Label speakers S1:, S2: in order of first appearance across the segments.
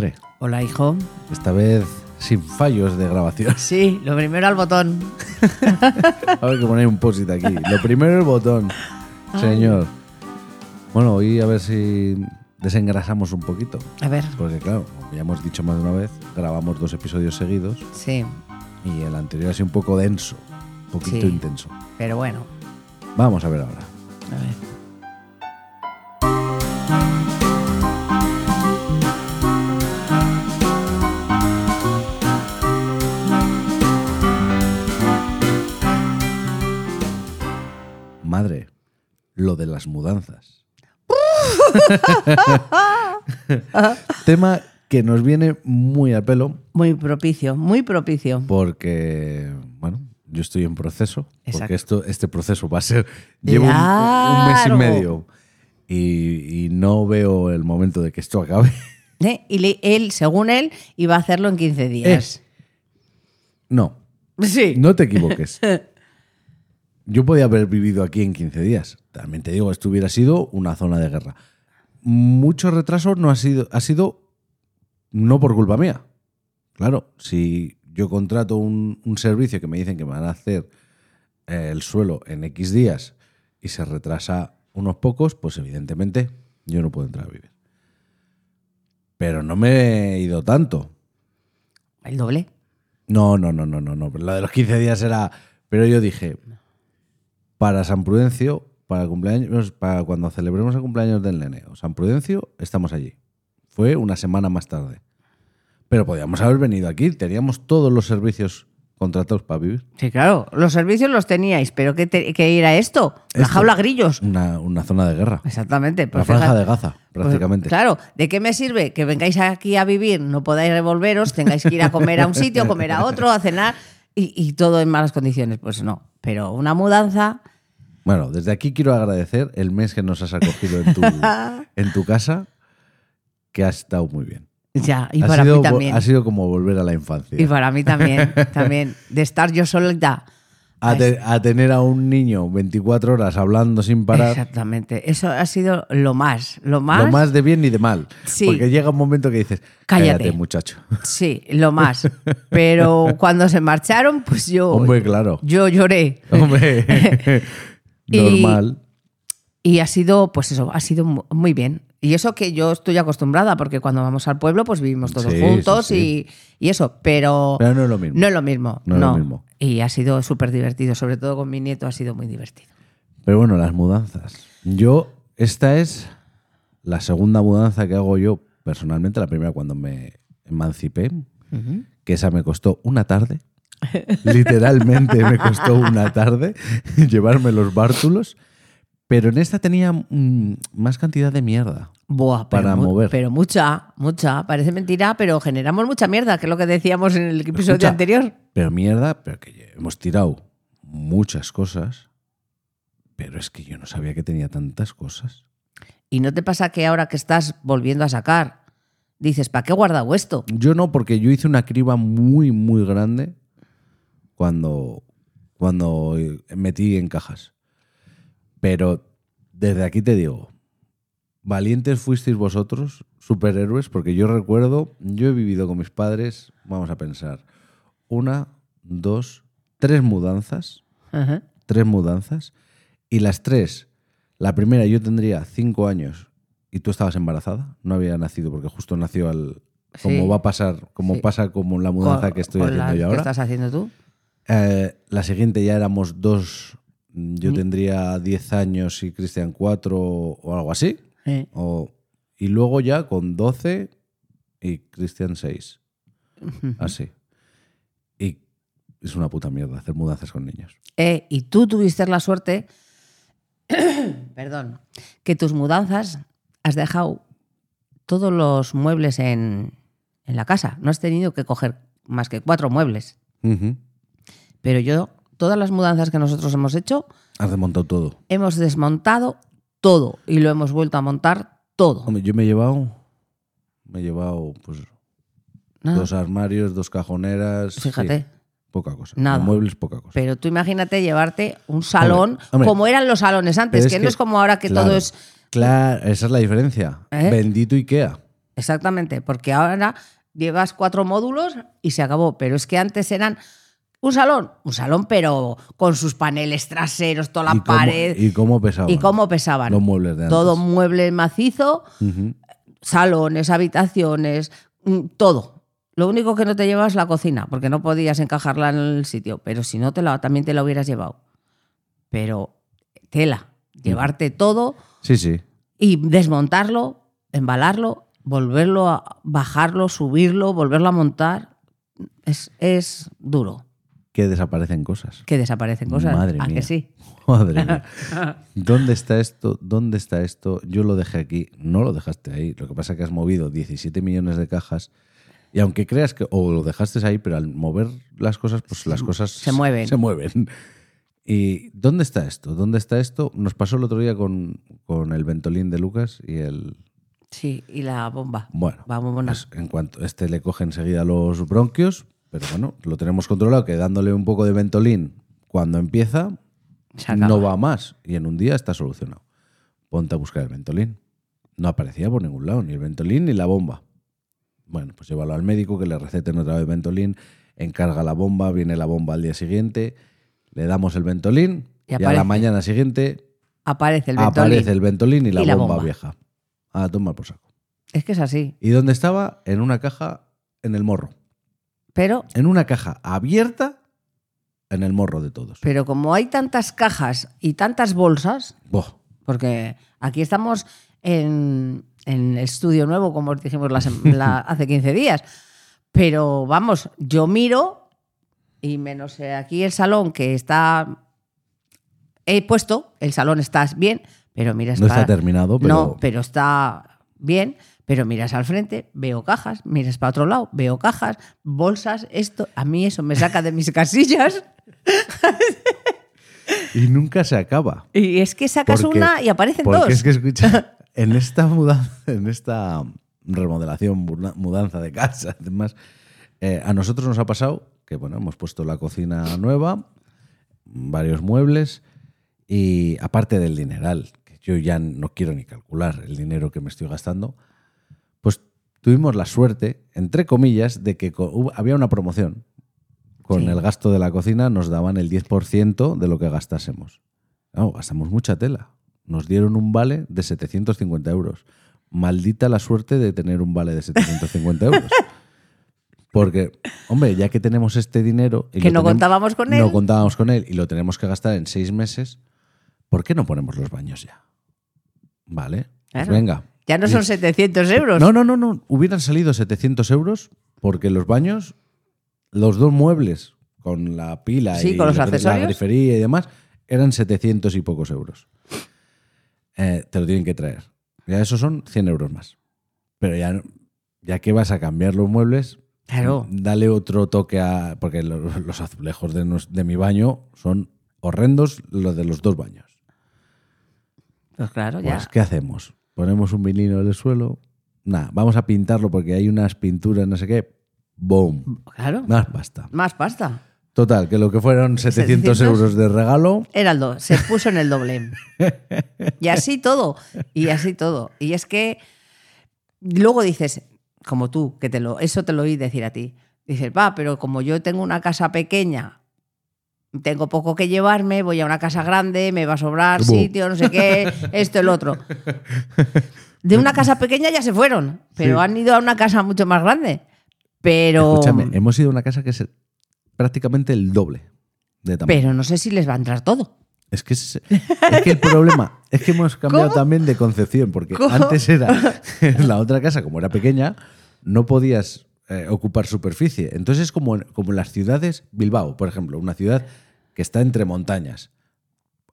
S1: tema, hijo.
S2: Esta vez sin fallos de grabación.
S1: Sí, lo primero al botón.
S2: Ahora hay que poner un post-it aquí. Lo primero el botón, señor. Bueno, hoy a ver si desengrasamos un poquito.
S1: A ver,
S2: Porque claro, como ya hemos dicho más de una vez, grabamos dos episodios seguidos
S1: sí,
S2: y el anterior ha sido un poco denso, un poquito
S1: Sí.
S2: intenso.
S1: pero bueno.
S2: Vamos a ver ahora.
S1: A ver.
S2: Madre, lo de las mudanzas. Tema que nos viene muy a pelo
S1: Muy propicio, muy propicio.
S2: porque, bueno, yo estoy en proceso.
S1: Exacto.
S2: Porque esto, este proceso va a ser. Llevo un, un mes y
S1: Largo.
S2: medio y, y no veo el momento de que esto acabe.
S1: ¿Eh? Y le- él, según él, iba a hacerlo en 15 días.
S2: No,
S1: Sí.
S2: no te equivoques. Yo podía haber vivido aquí en 15 días. También te digo, esto hubiera sido una zona de guerra. Mucho retraso no ha sido, ha sido no por culpa mía. Claro, si yo contrato un, un servicio que me dicen que me van a hacer eh, el suelo en X días y se retrasa unos pocos, pues evidentemente yo no puedo entrar a vivir. Pero no me he ido tanto.
S1: El doble.
S2: No, no, no, no, no, no. La de los 15 días era. Pero yo dije, para San Prudencio, para el cumpleaños, para cuando celebremos el cumpleaños del nene, o San Prudencio, estamos allí. Fue una semana más tarde. Pero podíamos haber venido aquí, teníamos todos los servicios contratados para vivir.
S1: Sí, claro. Los servicios los teníais, pero ¿qué, te- qué era esto? La
S2: Esto.
S1: jaula grillos.
S2: Una, una zona de guerra.
S1: Exactamente.
S2: Una
S1: pues
S2: franja
S1: fija-
S2: de Gaza,
S1: pues,
S2: prácticamente.
S1: claro, ¿de qué me sirve? Que vengáis aquí a vivir, no podáis revolveros, tengáis que ir a comer a un sitio, comer a otro, a cenar y, y todo en malas condiciones. Pues no. Pero una mudanza.
S2: Bueno, desde aquí quiero agradecer el mes que nos has acogido en tu, en tu casa, que ha estado muy bien.
S1: Ya, y
S2: ha,
S1: para
S2: sido,
S1: mí
S2: vo-
S1: también.
S2: ha sido como volver a la infancia.
S1: Y para mí también, también. De estar yo solita.
S2: a, te- a tener a un niño 24 horas hablando sin parar,
S1: Exactamente. Eso ha sido lo más. Lo más.
S2: lo más de bien ni de mal.
S1: Sí.
S2: Porque llega un momento que dices,
S1: Cállate.
S2: muchacho.
S1: Sí, lo más. Pero cuando se marcharon, pues yo.
S2: Hombre, claro.
S1: Yo lloré.
S2: Hombre,
S1: Y-
S2: normal.
S1: Y ha sido, pues eso, ha sido mu- muy bien. Y eso que yo estoy acostumbrada, porque cuando vamos al pueblo, pues vivimos todos
S2: Sí,
S1: juntos
S2: sí,
S1: Y, y eso. Pero,
S2: Pero no es lo mismo.
S1: No es lo mismo.
S2: No es lo mismo.
S1: Y ha sido súper divertido. Sobre todo con mi nieto ha sido muy divertido.
S2: Pero bueno, las mudanzas. Yo, esta es la segunda mudanza que hago yo personalmente, la primera cuando me emancipé, que esa me costó una tarde. Literalmente me costó una tarde llevarme los bártulos. Pero en esta tenía mm, más cantidad de mierda.
S1: Buah,
S2: Para
S1: pero, mu-
S2: mover.
S1: pero mucha, mucha. Parece mentira, pero generamos mucha mierda, que es lo que decíamos en el episodio
S2: Escucha,
S1: anterior.
S2: Pero mierda, pero que hemos tirado muchas cosas. Pero es que yo no sabía que tenía tantas cosas.
S1: ¿Y no te pasa que ahora que estás volviendo a sacar, dices, ¿para qué he guardado esto?
S2: Yo no, porque yo hice una criba muy, muy grande cuando, cuando metí en cajas. Pero desde aquí te digo, valientes fuisteis vosotros, superhéroes, porque yo recuerdo, yo he vivido con mis padres, vamos a pensar, una, dos, tres mudanzas,
S1: Ajá.
S2: tres mudanzas, y las tres, la primera yo tendría cinco años y tú estabas embarazada, no había nacido porque justo nació al... Como
S1: Sí.
S2: va a pasar, como
S1: Sí.
S2: pasa como la mudanza
S1: Con-
S2: que estoy
S1: con
S2: haciendo
S1: la
S2: yo ahora.
S1: que estás haciendo tú?
S2: Eh, la siguiente ya éramos dos. mm, Yo
S1: Ni-
S2: tendría 10 años y Cristian 4 o algo así.
S1: Eh,
S2: O- y luego ya con 12 y Cristian 6. Así. Y es una puta mierda hacer mudanzas con niños.
S1: eh, y tú tuviste la suerte, perdón, que tus mudanzas has dejado todos los muebles en, en la casa. No has tenido que coger más que cuatro muebles. Pero yo, todas las mudanzas que nosotros hemos hecho,
S2: Has desmontado todo.
S1: hemos desmontado todo y lo hemos vuelto a montar todo.
S2: Hombre, yo me he llevado. Me he llevado, pues,
S1: Nada.
S2: dos armarios, dos cajoneras. sí,
S1: Ah. Fíjate.
S2: poca cosa.
S1: Nada.
S2: Con Muebles, poca cosa.
S1: Pero tú imagínate llevarte un salón
S2: hombre.
S1: como eran los salones antes,
S2: Pero
S1: que,
S2: es
S1: no es como ahora que todo
S2: claro,
S1: es
S2: Claro, esa es la diferencia.
S1: ¿Eh?
S2: Bendito Ikea.
S1: exactamente, porque ahora llevas cuatro módulos y se acabó. Pero es que antes eran un salón, un salón, pero con sus paneles traseros, toda la
S2: ¿Y cómo-
S1: pared.
S2: ¿Y cómo pesaban?
S1: ¿Y cómo pesaban?
S2: Los muebles de antes.
S1: Todo mueble macizo,
S2: Ujú.
S1: salones, habitaciones, mm, todo. Lo único que no te llevabas la cocina, porque no podías encajarla en el sitio, pero si no, te la, también te la hubieras llevado. Pero tela,
S2: Mm.
S1: llevarte todo
S2: Sí, sí.
S1: y desmontarlo, embalarlo, volverlo a bajarlo, subirlo, volverlo a montar, es, es duro
S2: Que desaparecen cosas.
S1: que desaparecen cosas.
S2: Madre
S1: ¿A
S2: mía.
S1: que sí?
S2: Madre mía. ¿Dónde está esto? ¿Dónde está esto? Yo lo dejé aquí. No lo dejaste ahí. Lo que pasa es que has movido 17 millones de cajas. Y aunque creas que. O lo dejaste ahí, pero al mover las cosas, pues las cosas.
S1: se mueven.
S2: Se mueven. ¿Y dónde está esto? ¿Dónde está esto? Nos pasó el otro día con, con el ventolín de Lucas y el.
S1: Sí, y la bomba.
S2: Bueno,
S1: Vamos,
S2: pues, en cuanto este le coge enseguida los bronquios, pero bueno, lo tenemos controlado, que dándole un poco de ventolín cuando empieza,
S1: Se acaba.
S2: no va más. Y en un día está solucionado. Ponte a buscar el ventolín. No aparecía por ningún lado, ni el ventolín ni la bomba. Bueno, pues llévalo al médico que le receten otra vez ventolín, encarga la bomba, viene la bomba al día siguiente, le damos el ventolín
S1: Y
S2: y, a la
S1: aparece.
S2: mañana siguiente
S1: aparece el
S2: aparece
S1: ventolín.
S2: el ventolín y la,
S1: Y la
S2: bomba,
S1: bomba.
S2: vieja. A tomar por saco.
S1: Es que es así.
S2: ¿Y dónde estaba? En una caja en el morro.
S1: Pero,
S2: En una caja abierta en el morro de todos.
S1: pero como hay tantas cajas y tantas bolsas,
S2: Buah,
S1: porque aquí estamos en, en el estudio nuevo, como os dijimos la sem- la- hace 15 días, pero vamos, yo miro y menos eh, aquí el salón que está... He puesto, el salón está bien, pero mira,
S2: no está
S1: está-
S2: terminado, pero...
S1: No, pero está bien. Pero miras al frente, veo cajas, miras para otro lado, veo cajas, bolsas, esto. A mí eso me saca de mis casillas.
S2: Y nunca se acaba.
S1: Y es que sacas
S2: Porque-
S1: una y aparecen
S2: porque
S1: dos.
S2: es que escucha, en esta mudanza, en esta remodelación, burna- mudanza de casa, además, eh, a nosotros nos ha pasado que, bueno, hemos puesto la cocina nueva, varios muebles y aparte del dineral, que yo ya no quiero ni calcular el dinero que me estoy gastando, pues tuvimos la suerte, entre comillas, de que co- hubo- había una promoción. Con
S1: Sí.
S2: el gasto de la cocina nos daban el 10% de lo que gastásemos. Claro, gastamos mucha tela. Nos dieron un vale de 750 euros. Maldita la suerte de tener un vale de 750 euros. Porque, hombre, ya que tenemos este dinero... y
S1: Que
S2: lo
S1: no contábamos con
S2: No
S1: él.
S2: contábamos con él y lo tenemos que gastar en seis meses, ¿por qué no ponemos los baños ya? ¿Vale? pues
S1: Claro.
S2: venga.
S1: ya no son 700 euros.
S2: No, no, no, no. Hubieran salido 700 euros porque los baños, los dos muebles con la pila
S1: Sí,
S2: y
S1: con los
S2: la, gri- la
S1: accesorios.
S2: grifería y demás, eran 700 y pocos euros. Eh, te lo tienen que traer. Ya eso son 100 euros más. Pero ya, no- ya que vas a cambiar los muebles,
S1: Claro.
S2: dale otro toque a... Porque lo- los, azulejos de, nos- de mi baño son horrendos los de los dos baños.
S1: Pues claro, ya.
S2: Pues, ¿qué hacemos? ¿Ponemos un vinilo en el suelo? Nada, vamos a pintarlo porque hay unas pinturas, no sé qué. ¡Boom!
S1: claro.
S2: Más pasta.
S1: Más pasta.
S2: Total, que lo que fueron 700
S1: 700.
S2: euros de regalo,
S1: Era el do- se puso en el doble. Y así todo, y así todo. Y es que luego dices, como tú, que te lo, eso te lo oí decir a ti. Dices, va, pero como yo tengo una casa pequeña, tengo poco que llevarme, voy a una casa grande, me va a sobrar
S2: Bu.
S1: sitio, no sé qué, esto, el otro. De una casa pequeña ya se fueron, pero han ido a una casa mucho más grande. Pero,
S2: escúchame, hemos ido a una casa que es prácticamente el doble de tamaño.
S1: pero no sé si les va a entrar todo.
S2: Es que, es, es que el problema es que hemos cambiado
S1: ¿Cómo?
S2: también de concepción, porque
S1: ¿Cómo?
S2: antes era en la otra casa, como era pequeña, no podías eh, ocupar superficie. Entonces es como, en- como en las ciudades, Bilbao, por ejemplo, una ciudad que está entre montañas.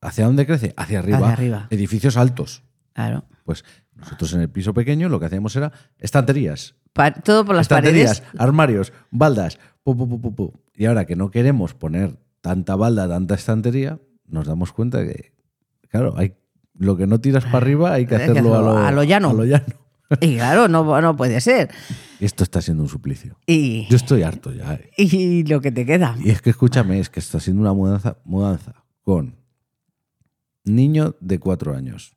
S2: ¿Hacia dónde crece? Hacia arriba.
S1: Hacia arriba.
S2: Edificios altos.
S1: Claro.
S2: Pues nosotros en el piso pequeño lo que hacíamos era estanterías.
S1: Pa- todo por las
S2: Estanterías,
S1: paredes.
S2: armarios, baldas. pu, pu, pu, pu, pu. Y ahora que no queremos poner tanta balda, tanta estantería, nos damos cuenta que, claro, hay, lo que no tiras para arriba hay que
S1: Hay que
S2: hacerlo a lo,
S1: hacerlo a lo llano.
S2: a lo llano.
S1: Y claro, no, no puede ser.
S2: Esto está siendo un suplicio.
S1: Y,
S2: Yo estoy harto ya. eh.
S1: y lo que te queda.
S2: Y es que escúchame, es que está siendo una mudanza, mudanza con niño de cuatro años,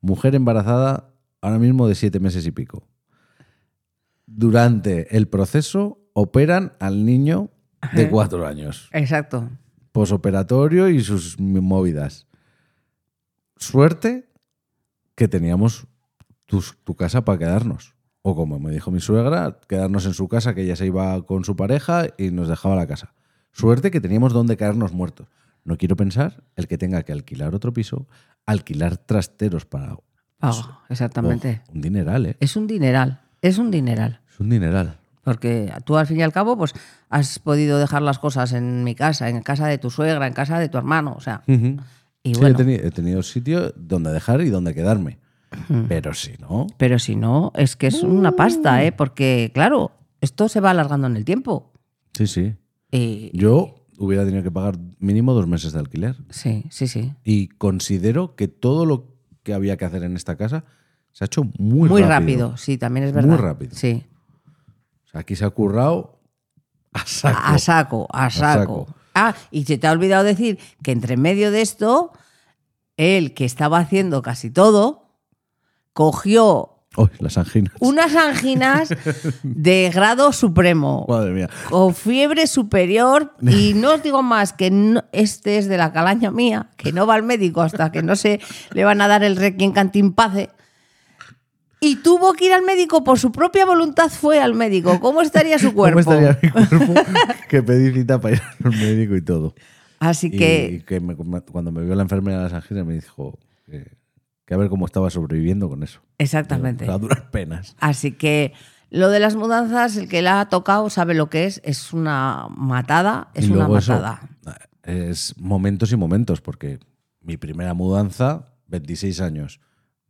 S2: mujer embarazada ahora mismo de siete meses y pico, durante el proceso operan al niño de cuatro años.
S1: Exacto.
S2: Posoperatorio y sus movidas. Suerte que teníamos tu, tu casa para quedarnos. O como me dijo mi suegra, quedarnos en su casa, que ella se iba con su pareja y nos dejaba la casa. Suerte que teníamos donde caernos muertos. No quiero pensar el que tenga que alquilar otro piso, alquilar trasteros para...
S1: Pago, exactamente.
S2: Oh, un dineral, ¿eh?
S1: Es un dineral, es un dineral.
S2: Es un dineral.
S1: Porque tú al fin y al cabo, pues has podido dejar las cosas en mi casa, en casa de tu suegra, en casa de tu hermano, o sea.
S2: Uh -huh.
S1: y
S2: Sí,
S1: bueno,
S2: he, tenido, he tenido sitio donde dejar y donde quedarme. Pero si no,
S1: pero si no, es que es una
S2: Mm.
S1: pasta, ¿eh? Porque, claro, esto se va alargando en el tiempo.
S2: sí, sí.
S1: Y-
S2: Yo hubiera tenido que pagar mínimo dos meses de alquiler.
S1: sí, sí, sí.
S2: Y considero que todo lo que había que hacer en esta casa se ha hecho muy,
S1: Muy
S2: rápido.
S1: rápido. sí, también es
S2: Muy
S1: verdad.
S2: rápido.
S1: Sí.
S2: O sea, aquí se ha currado a saco.
S1: A saco, a saco.
S2: saco.
S1: Ah, y se te ha olvidado decir que entre medio de esto, él que estaba haciendo casi todo, cogió
S2: Uy, las anginas.
S1: unas anginas de grado supremo,
S2: Madre mía.
S1: con fiebre superior, y no os digo más que no- este es de la calaña mía, que no va al médico hasta que no se le van a dar el requiem cantimpace. Y tuvo que ir al médico por su propia voluntad, fue al médico. ¿Cómo estaría su cuerpo?
S2: ¿Cómo estaría mi cuerpo que pedí cita para ir al médico y todo?
S1: Así
S2: Y-
S1: que
S2: y que me- cuando me vio la enfermera de las anginas me dijo que, que a ver cómo estaba sobreviviendo con eso.
S1: Exactamente.
S2: A duras penas.
S1: Así que lo de las mudanzas, el que la ha tocado sabe lo que es, es una matada, es
S2: Y
S1: una
S2: luego eso,
S1: matada.
S2: es momentos y momentos, porque mi primera mudanza, 26 años.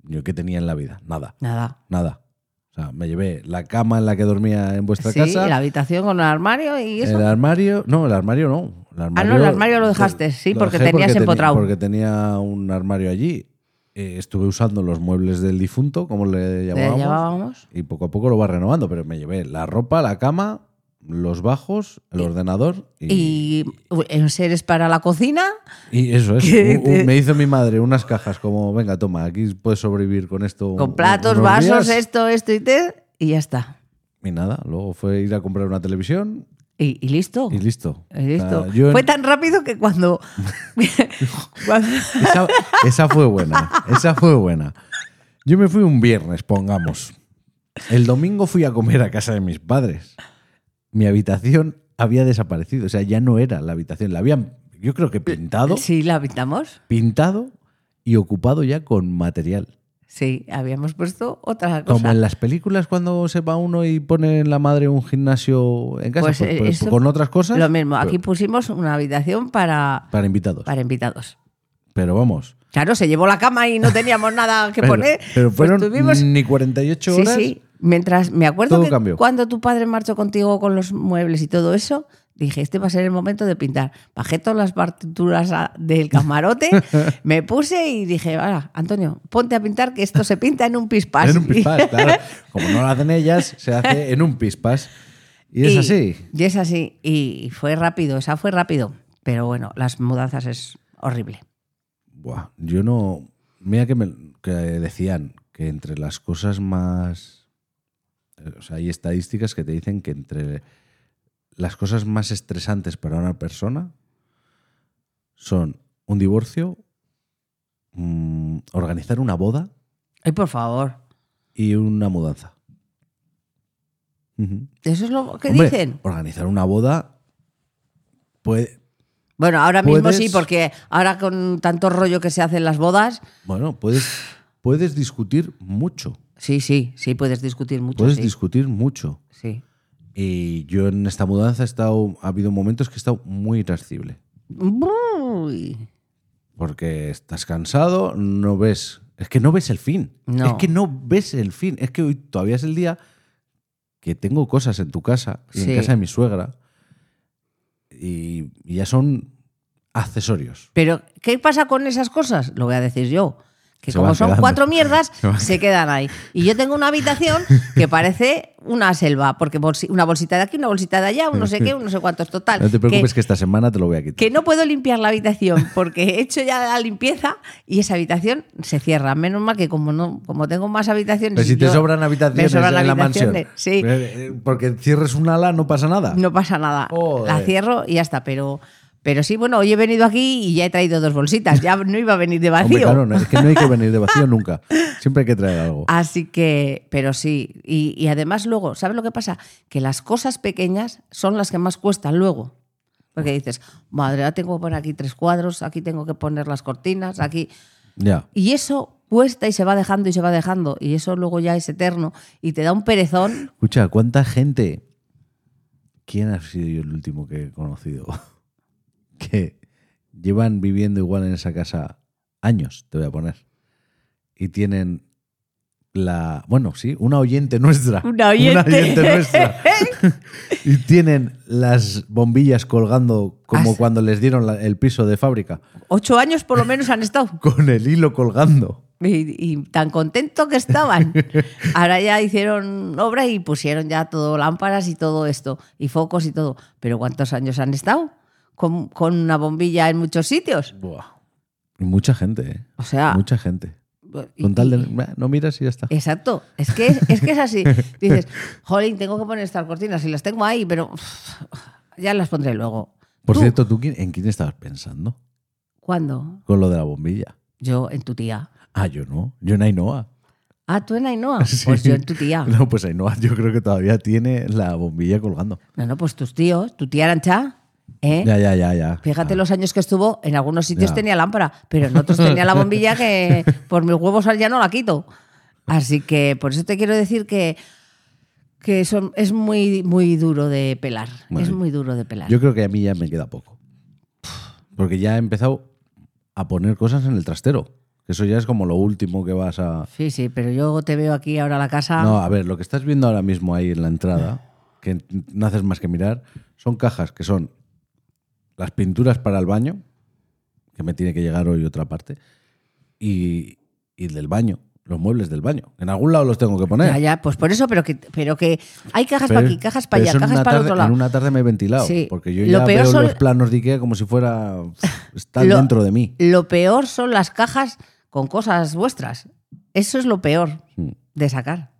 S2: ¿Yo qué tenía en la vida? Nada,
S1: Nada.
S2: nada. O sea, me llevé la cama en la que dormía en vuestra
S1: Sí,
S2: casa,
S1: la habitación con el armario y eso. Ah,
S2: el armario. No, el armario no. El armario,
S1: el armario lo dejaste, sí, porque
S2: dejé
S1: tenías
S2: teni-
S1: empotrado.
S2: Porque tenía un armario allí. Eh, estuve usando los muebles del difunto, como le
S1: Te
S2: llamábamos.
S1: llevábamos.
S2: Y poco a poco lo va renovando, pero me llevé la ropa, la cama, los bajos, el ordenador
S1: Y en seres para la cocina,
S2: Y eso es.
S1: Que
S2: U- u-
S1: te-
S2: Me hizo mi madre unas cajas como, venga, toma, aquí puedes sobrevivir con esto. un-
S1: con platos,
S2: unos
S1: vasos,
S2: días".
S1: esto, esto y te, y ya está.
S2: Y nada, luego fue ir a comprar una televisión
S1: Y, y listo.
S2: y listo.
S1: Oh, Y listo.
S2: O sea, yo en-
S1: Fue tan rápido que cuando, cuando-
S2: esa, esa fue buena, esa fue buena. Yo me fui un viernes, pongamos. El domingo fui a comer a casa de mis padres. Mi habitación había desaparecido, o sea, ya no era la habitación, la habían, yo creo que pintado,
S1: Sí, la habitamos.
S2: pintado y ocupado ya con material.
S1: Sí, habíamos puesto otra cosa.
S2: Como en las películas cuando se va uno y pone la madre un gimnasio en casa
S1: Pues,
S2: pues,
S1: eh,
S2: pues,
S1: eso-
S2: con otras cosas
S1: Lo mismo,
S2: pero-
S1: aquí pusimos una habitación para,
S2: para invitados.
S1: para invitados.
S2: Pero vamos.
S1: Claro, se llevó la cama y no teníamos nada que
S2: pero,
S1: poner.
S2: pero
S1: Pues
S2: fueron
S1: tuvimos-
S2: ni 48
S1: Sí,
S2: horas.
S1: sí. Mientras me acuerdo
S2: todo
S1: que
S2: cambió.
S1: cuando tu padre marchó contigo con los muebles y todo eso, dije, este va a ser el momento de pintar. Bajé todas las partituras a- del camarote, me puse y dije, ahora, Antonio, ponte a pintar que esto se pinta en un pispas.
S2: En un pispas, claro. Como no lo hacen ellas, se hace en un pispas. Y es así.
S1: Y es así. Y fue rápido, esa fue rápido. Pero bueno, las mudanzas es horrible.
S2: Buah, yo no. Mira que, me, que decían que entre las cosas más. eh, O sea, hay estadísticas que te dicen que entre las cosas más estresantes para una persona son un divorcio, mm, organizar una boda
S1: Ay, por favor.
S2: y una mudanza. Ujú.
S1: Eso es lo que
S2: Hombre,
S1: dicen.
S2: Organizar una boda puede,
S1: Bueno, ahora mismo
S2: puedes-
S1: sí, porque ahora con tanto rollo que se hacen las bodas,
S2: Bueno, puedes, puedes discutir mucho.
S1: sí, sí, sí, puedes discutir mucho.
S2: Puedes
S1: sí,
S2: discutir mucho.
S1: sí.
S2: Y yo en esta mudanza he estado, ha habido momentos que he estado muy irascible.
S1: Uy.
S2: Porque estás cansado, no ves. Es que no ves el fin.
S1: No.
S2: Es que no ves el fin. Es que hoy todavía es el día que tengo cosas en tu casa y
S1: Sí.
S2: en casa de mi suegra. Y, y ya son accesorios.
S1: Pero, ¿qué pasa con esas cosas? Lo voy a decir yo. que
S2: Se
S1: como
S2: van
S1: son
S2: quedando.
S1: cuatro mierdas,
S2: Se van-
S1: se quedan ahí. Y yo tengo una habitación que parece una selva, porque bolsi- una bolsita de aquí, una bolsita de allá, un no sé qué, un no sé cuántos, total.
S2: No te preocupes
S1: que-
S2: que, esta semana te lo voy a quitar.
S1: que no puedo limpiar la habitación porque he hecho ya la limpieza y esa habitación se cierra. Menos mal que como no, como tengo más habitaciones.
S2: Pero
S1: y
S2: si te
S1: yo-
S2: sobran habitaciones
S1: me sobran
S2: en la mansión.
S1: habitaciones, Sí,
S2: Eh, eh, Porque cierres un ala no pasa nada.
S1: no pasa nada.
S2: Joder.
S1: La cierro y ya está. Pero, pero sí, bueno, hoy he venido aquí y ya he traído dos bolsitas. Ya no iba a venir de vacío.
S2: Hombre, claro, no, es que no hay que venir de vacío nunca. Siempre hay que traer algo.
S1: Así que, pero sí. Y, y además luego, ¿sabes lo que pasa? Que las cosas pequeñas son las que más cuestan luego. Porque dices, madre, ahora tengo que poner aquí tres cuadros, aquí tengo que poner las cortinas, aquí...
S2: Ya.
S1: Y eso cuesta y se va dejando y se va dejando. Y eso luego ya es eterno. Y te da un perezón.
S2: Escucha, ¿cuánta gente? ¿Quién ha sido yo el último que he conocido? que llevan viviendo igual en esa casa años, te voy a poner. Y tienen la. Bueno, sí, una oyente nuestra.
S1: Una oyente.
S2: nuestra. y tienen las bombillas colgando como
S1: Has-
S2: cuando les dieron la- el piso de fábrica.
S1: Ocho años por lo menos han estado.
S2: Con el hilo colgando.
S1: Y, y tan contento que estaban. Ahora ya hicieron obra y pusieron ya todo lámparas y todo esto. Y focos y todo. Pero ¿cuántos años han estado? Con, con una bombilla en muchos sitios.
S2: Buah. Y Mucha gente, ¿eh?
S1: O sea.
S2: Mucha gente.
S1: Ah. y-
S2: Con tal de. "Bah, No miras y ya está.
S1: Exacto, es que es, es que es así. Dices, jolín, tengo que poner estas cortinas y las tengo ahí, pero uf, ya las pondré luego.
S2: Por
S1: Tú,
S2: cierto, ¿tú quién- en quién estabas pensando?
S1: ¿Cuándo?
S2: Con lo de la bombilla.
S1: Yo en tu tía.
S2: Ah, yo no. Yo en Ainhoa.
S1: Ah, tú en Ainhoa. Pues
S2: Sí.
S1: yo en tu tía.
S2: No, pues Ainhoa yo creo que todavía tiene la bombilla colgando.
S1: No, no, pues tus tíos, tu tía Arancha, ¿eh?
S2: Ya, ya, ya, Ah, ya.
S1: Fíjate los años que estuvo, en algunos sitios
S2: Ya.
S1: tenía lámpara, pero en otros tenía la bombilla que por mis huevos ya no la quito. Así que por eso te quiero decir que, que son- es muy, muy duro de pelar.
S2: Bueno,
S1: es muy duro de pelar.
S2: Yo creo que a mí ya me queda poco. Porque ya he empezado a poner cosas en el trastero. Eso ya es como lo último que vas a...
S1: Sí, sí, pero yo te veo aquí ahora a la casa.
S2: No, a ver, lo que estás viendo ahora mismo ahí en la entrada, que no haces más que mirar, son cajas que son las pinturas para el baño, que me tiene que llegar hoy otra parte, y, y el del baño, los muebles del baño. En algún lado los tengo que poner.
S1: Ya, ya, pues por eso, pero que, pero que hay cajas
S2: Pero-
S1: para aquí, cajas para
S2: pero
S1: allá,
S2: eso en
S1: cajas
S2: una
S1: para el
S2: tarde-
S1: otro lado.
S2: En una tarde me he ventilado,
S1: Sí.
S2: porque yo
S1: Lo
S2: ya
S1: peor
S2: veo
S1: son-
S2: los planos de Ikea como si fuera... Están
S1: Lo-
S2: dentro de mí.
S1: Lo peor son las cajas con cosas vuestras. Eso es lo peor
S2: Mm.
S1: de sacar.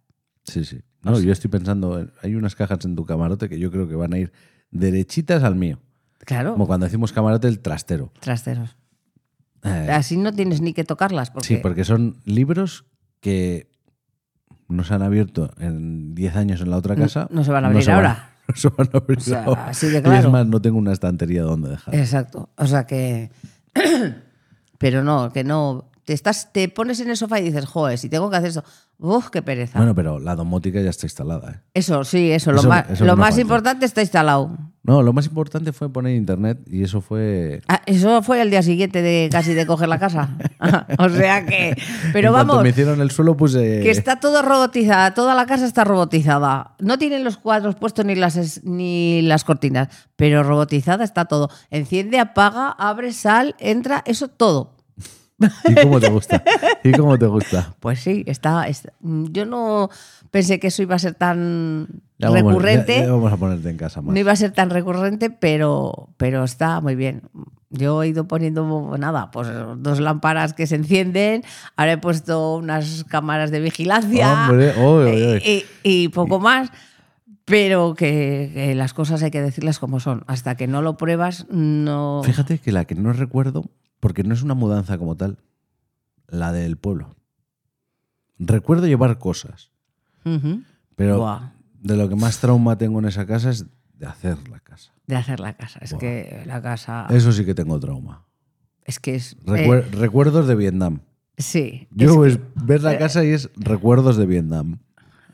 S2: Sí, sí. No,
S1: Pues
S2: yo estoy pensando, en- hay unas cajas en tu camarote que yo creo que van a ir derechitas al mío.
S1: Claro,
S2: Como cuando decimos camarote, el trastero.
S1: trasteros.
S2: Eh,
S1: Así no tienes ni que tocarlas. Porque,
S2: Sí, porque son libros que no se han abierto en 10 años en la otra casa.
S1: no se van a abrir
S2: van-
S1: ahora.
S2: no se van a abrir
S1: O sea,
S2: ahora.
S1: así de
S2: Y es
S1: claro.
S2: más, no tengo una estantería donde dejar.
S1: Exacto. O sea que. pero no, que no. Te, estás, te pones en el sofá y dices, joder, si tengo que hacer eso. Uf, qué pereza.
S2: Bueno, pero la domótica ya está instalada. ¿eh?
S1: eso, sí, eso.
S2: Eso-
S1: lo más,
S2: eso
S1: lo
S2: no
S1: más
S2: falta.
S1: importante está instalado.
S2: No, lo más importante fue poner internet y eso fue...
S1: Ah, eso fue el día siguiente de casi de coger la casa. o sea que. Pero
S2: En cuanto
S1: vamos,
S2: me hicieron el suelo puse...
S1: que está todo robotizada, toda la casa está robotizada. No tienen los cuadros puestos ni las, es- ni las cortinas, pero robotizada está todo. Enciende, apaga, abre, sal, entra, eso todo.
S2: ¿Y cómo te gusta? ¿Y cómo te gusta?
S1: Pues sí, está. está- Yo no pensé que eso iba a ser tan
S2: Ya vamos-
S1: recurrente.
S2: ya- ya vamos a ponerte en casa más.
S1: No iba a ser tan recurrente, pero, pero está muy bien. Yo he ido poniendo nada, pues dos lámparas que se encienden, ahora he puesto unas cámaras de vigilancia
S2: Hombre, oy, oy, oy.
S1: Y, Eh, y poco más, pero que, que las cosas hay que decirlas como son. Hasta que no lo pruebas, no...
S2: Fíjate que la que no recuerdo, porque no es una mudanza como tal, la del pueblo. Recuerdo llevar cosas,
S1: Ujú.
S2: pero
S1: Buah,
S2: de lo que más trauma tengo en esa casa es de hacer la casa.
S1: de hacer la casa. Es que la casa... Es,
S2: Eso sí que tengo trauma.
S1: que es... Ah. eh,
S2: Recuer- recuerdos de Vietnam.
S1: sí.
S2: Yo es, ver
S1: Eh.
S2: la casa y es recuerdos de Vietnam.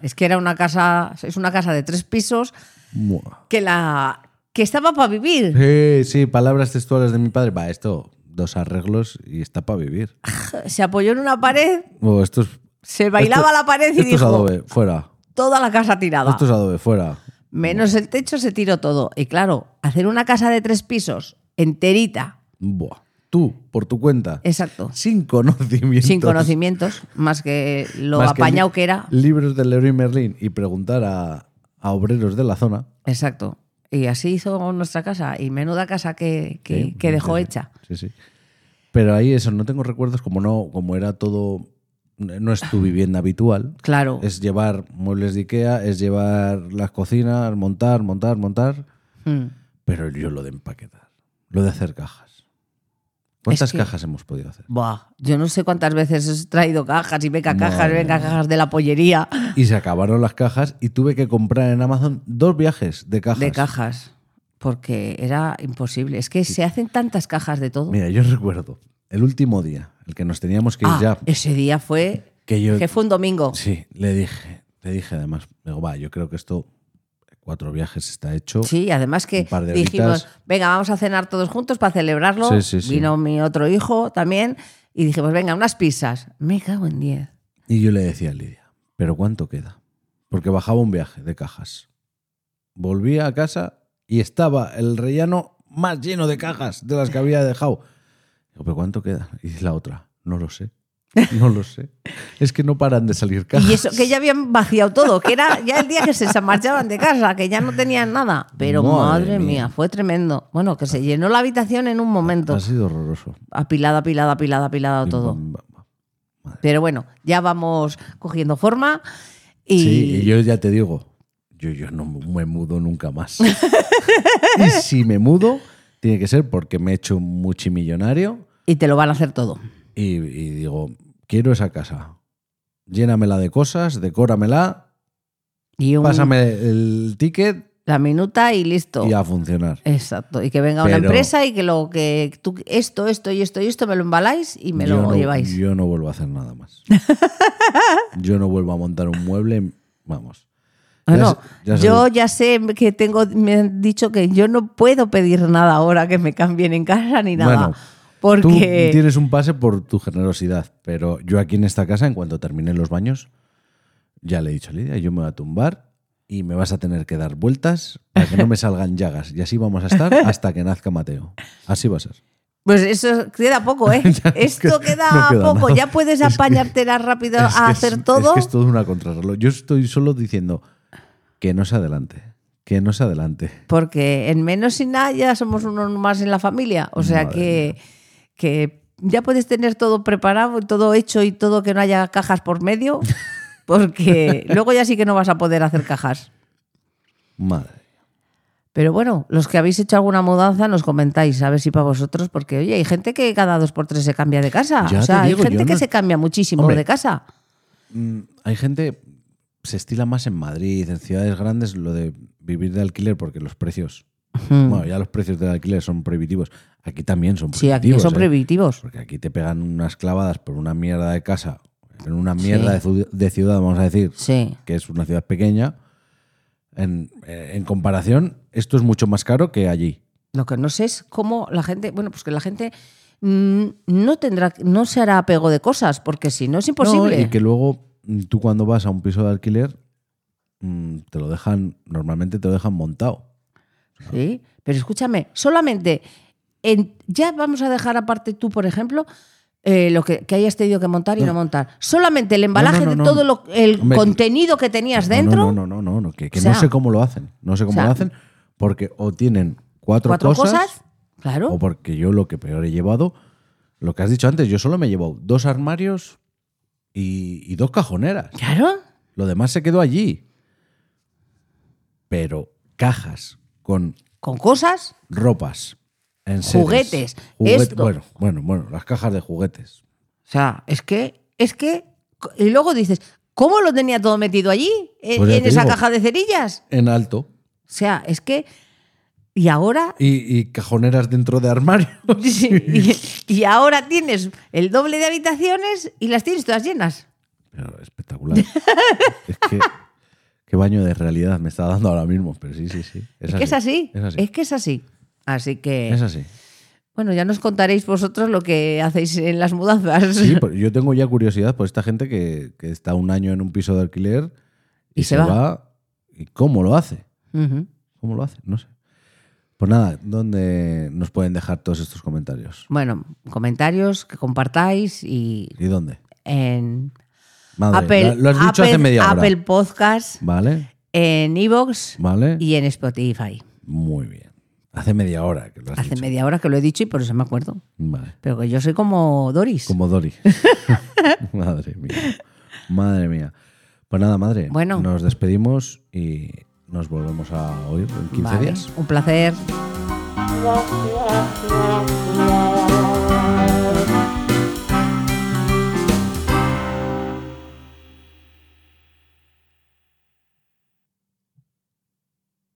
S1: Es que era una casa... Es una casa de tres pisos
S2: Buah.
S1: que la... Que estaba para vivir.
S2: Sí, sí, palabras textuales de mi padre. Va, esto, dos arreglos y está para vivir.
S1: Ah. se apoyó en una pared,
S2: O esto es,
S1: se bailaba
S2: esto-
S1: la pared y
S2: esto es
S1: dijo, "Ah,
S2: adobe, fuera.
S1: toda la casa tirada.
S2: Esto es adobe, fuera.
S1: Menos el techo se tiró todo. Y claro, hacer una casa de tres pisos enterita,
S2: Buah. tú, por tu cuenta.
S1: Exacto.
S2: Sin conocimientos.
S1: Eh, Sin conocimientos, más que lo
S2: Más
S1: apañado
S2: li-
S1: que, era.
S2: Libros de Leroy Merlin y preguntar a, a obreros de la zona.
S1: Exacto. Y así hizo nuestra casa. Y menuda casa que, que-
S2: Sí,
S1: que dejó
S2: sí,
S1: hecha.
S2: Sí, sí. Pero ahí eso, no tengo recuerdos como no, como era todo, no es tu vivienda habitual.
S1: Claro.
S2: Es llevar muebles de Ikea, es llevar las cocinas, montar, montar, montar.
S1: Mm.
S2: Pero yo lo de empaquetar, lo de hacer cajas. ¿Cuántas
S1: que-
S2: cajas hemos podido hacer?
S1: Buah, yo no sé cuántas veces he traído cajas y venga cajas,
S2: Madre
S1: venga
S2: mía.
S1: cajas de la pollería.
S2: Y se acabaron las cajas y tuve que comprar en Amazon dos viajes de cajas.
S1: De cajas. Porque era imposible. Es que se hacen tantas cajas de todo.
S2: Mira, yo recuerdo el último día, el que nos teníamos que ir
S1: Ah,
S2: ya,
S1: Ese día fue.
S2: que yo
S1: Que fue un domingo.
S2: sí, le dije, le dije además, digo, va, yo creo que esto cuatro viajes está hecho.
S1: Sí, además
S2: Un
S1: que
S2: par de
S1: dijimos,
S2: horitas.
S1: venga, vamos a cenar todos juntos para celebrarlo.
S2: Sí, sí, sí.
S1: Vino mi otro hijo también y dijimos, venga, unas pizzas. Me cago en 10.
S2: Y yo le decía a Lidia, pero ¿cuánto queda? Porque bajaba un viaje de cajas. Volvía a casa y estaba el rellano más lleno de cajas de las que había dejado. Digo, pero ¿cuánto queda? Y dice la otra, no lo sé. No lo sé. Es que no paran de salir cajas.
S1: Y eso, que ya habían vaciado todo, que era ya el día que se marchaban de casa, que ya no tenían nada. Pero
S2: Madre
S1: madre,
S2: mía.
S1: mía. fue tremendo. Bueno, que se llenó la habitación en un momento.
S2: Ha sido horroroso.
S1: Apilado, apilado, apilado, apilado todo.
S2: Pim, pam, pam.
S1: Pero bueno, ya vamos cogiendo forma y,
S2: Sí, y yo ya te digo, yo, yo no me mudo nunca más. y si me mudo, tiene que ser porque me he hecho multimillonario
S1: y te lo van a hacer todo.
S2: y, y digo, quiero esa casa. Llénamela de cosas, decóramela,
S1: Y un-
S2: pásame el ticket
S1: la minuta y listo.
S2: y a funcionar.
S1: Exacto, y que venga
S2: Pero-
S1: una empresa y que lo que tú esto, esto y esto y esto me lo embaláis y me
S2: Yo
S1: lo
S2: no-
S1: lleváis.
S2: Yo no vuelvo a hacer nada más. yo no vuelvo a montar un mueble, vamos.
S1: Ah,
S2: Ya
S1: no,
S2: se- ya se-
S1: yo ya sé que tengo, me han dicho que yo no puedo pedir nada ahora que me cambien en casa ni nada.
S2: Bueno,
S1: porque
S2: Tú tienes un pase por tu generosidad, pero yo aquí en esta casa, en cuanto termine los baños, ya le he dicho a Lidia, yo me voy a tumbar y me vas a tener que dar vueltas para que no me salgan llagas. Y así vamos a estar hasta que nazca Mateo. Así va a ser.
S1: pues eso queda poco, ¿eh? Esto queda,
S2: no queda
S1: poco,
S2: nada.
S1: ya puedes
S2: Es que-
S1: apañártela rápido
S2: Es
S1: a
S2: que
S1: hacer
S2: es-
S1: todo.
S2: Es que es todo una contrarreloj. Yo estoy solo diciendo que no se adelante, que no se adelante.
S1: Porque en menos y nada ya somos unos más en la familia. O sea
S2: Madre
S1: que, que ya puedes tener todo preparado, todo hecho y todo que no haya cajas por medio, porque luego ya sí que no vas a poder hacer cajas.
S2: Madre.
S1: Pero bueno, los que habéis hecho alguna mudanza nos comentáis, a ver si para vosotros, porque oye, hay gente que cada dos por tres se cambia de casa.
S2: Ya
S1: o
S2: te
S1: sea,
S2: digo,
S1: hay gente
S2: yo
S1: que
S2: no-
S1: se cambia muchísimo
S2: Hombre.
S1: de casa.
S2: Mm, Hay gente, se estila más en Madrid, en ciudades grandes, lo de vivir de alquiler porque los precios
S1: Mm.
S2: Bueno, ya los precios del alquiler son prohibitivos. Aquí también son
S1: sí,
S2: prohibitivos.
S1: aquí son
S2: ¿eh?
S1: prohibitivos.
S2: Porque aquí te pegan unas clavadas por una mierda de casa, en una mierda de, ciu- de ciudad, vamos a decir,
S1: Sí.
S2: que es una ciudad pequeña. En, eh, en comparación, esto es mucho más caro que allí.
S1: Lo que no sé es cómo la gente, bueno, pues que la gente mm, no tendrá, no se hará apego de cosas, porque si no es imposible.
S2: No, y que luego mm, tú cuando vas a un piso de alquiler, mm, te lo dejan, normalmente te lo dejan montado.
S1: Sí, pero escúchame, solamente en- ya vamos a dejar aparte tú, por ejemplo, eh, lo que, que hayas tenido que montar y no, montar. Solamente el embalaje
S2: no,
S1: de
S2: no,
S1: todo
S2: no.
S1: lo- el
S2: Hombre,
S1: contenido que tenías
S2: No,
S1: dentro,
S2: No, no, no, no, no, que, que
S1: O sea,
S2: no sé cómo lo hacen. No sé cómo
S1: o sea,
S2: lo hacen porque o tienen cuatro,
S1: cuatro cosas,
S2: cosas
S1: claro.
S2: O porque yo lo que peor he llevado, lo que has dicho antes, yo solo me he llevado dos armarios y, y dos cajoneras.
S1: Claro.
S2: Lo demás se quedó allí. Pero cajas con
S1: Con cosas,
S2: ropas, enseres,
S1: Juguetes,
S2: juguete-
S1: esto.
S2: Bueno, bueno, bueno, las cajas de juguetes.
S1: o sea, es que, es que, y luego dices, ¿cómo lo tenía todo metido allí? En,
S2: Pues ya
S1: en
S2: te
S1: esa
S2: digo.
S1: caja de cerillas.
S2: En alto.
S1: O sea, es que, y ahora
S2: Y, y cajoneras dentro de armarios.
S1: Sí, Y, y ahora tienes el doble de habitaciones y las tienes todas llenas.
S2: Pero espectacular. es que. Qué baño de realidad me está dando ahora mismo. Pero sí, sí, sí. Es,
S1: Es que es así.
S2: Es así.
S1: Es que es así. Así que,
S2: Es así.
S1: bueno, ya nos contaréis vosotros lo que hacéis en las mudanzas.
S2: Sí, pero yo tengo ya curiosidad por esta gente que, que está un año en un piso de alquiler y, se, va. ¿Y cómo lo hace?
S1: Ujú.
S2: ¿Cómo lo hace? No sé. Pues nada, ¿dónde nos pueden dejar todos estos comentarios?
S1: Bueno, comentarios que compartáis y
S2: ¿Y dónde?
S1: en
S2: Madre,
S1: Apple,
S2: lo has dicho
S1: Apple-
S2: hace media hora.
S1: Apple Podcast,
S2: Vale,
S1: en Evox
S2: vale.
S1: y en Spotify.
S2: Muy bien. Hace media hora que lo has
S1: Hace
S2: dicho.
S1: media hora que lo he dicho y por eso me acuerdo.
S2: Vale.
S1: Pero que yo soy como Doris.
S2: Como Dory. madre mía. Madre mía. Pues nada, madre.
S1: Bueno.
S2: Nos despedimos y nos volvemos a oír en 15
S1: Vale,
S2: días.
S1: Un placer.
S3: Yeah.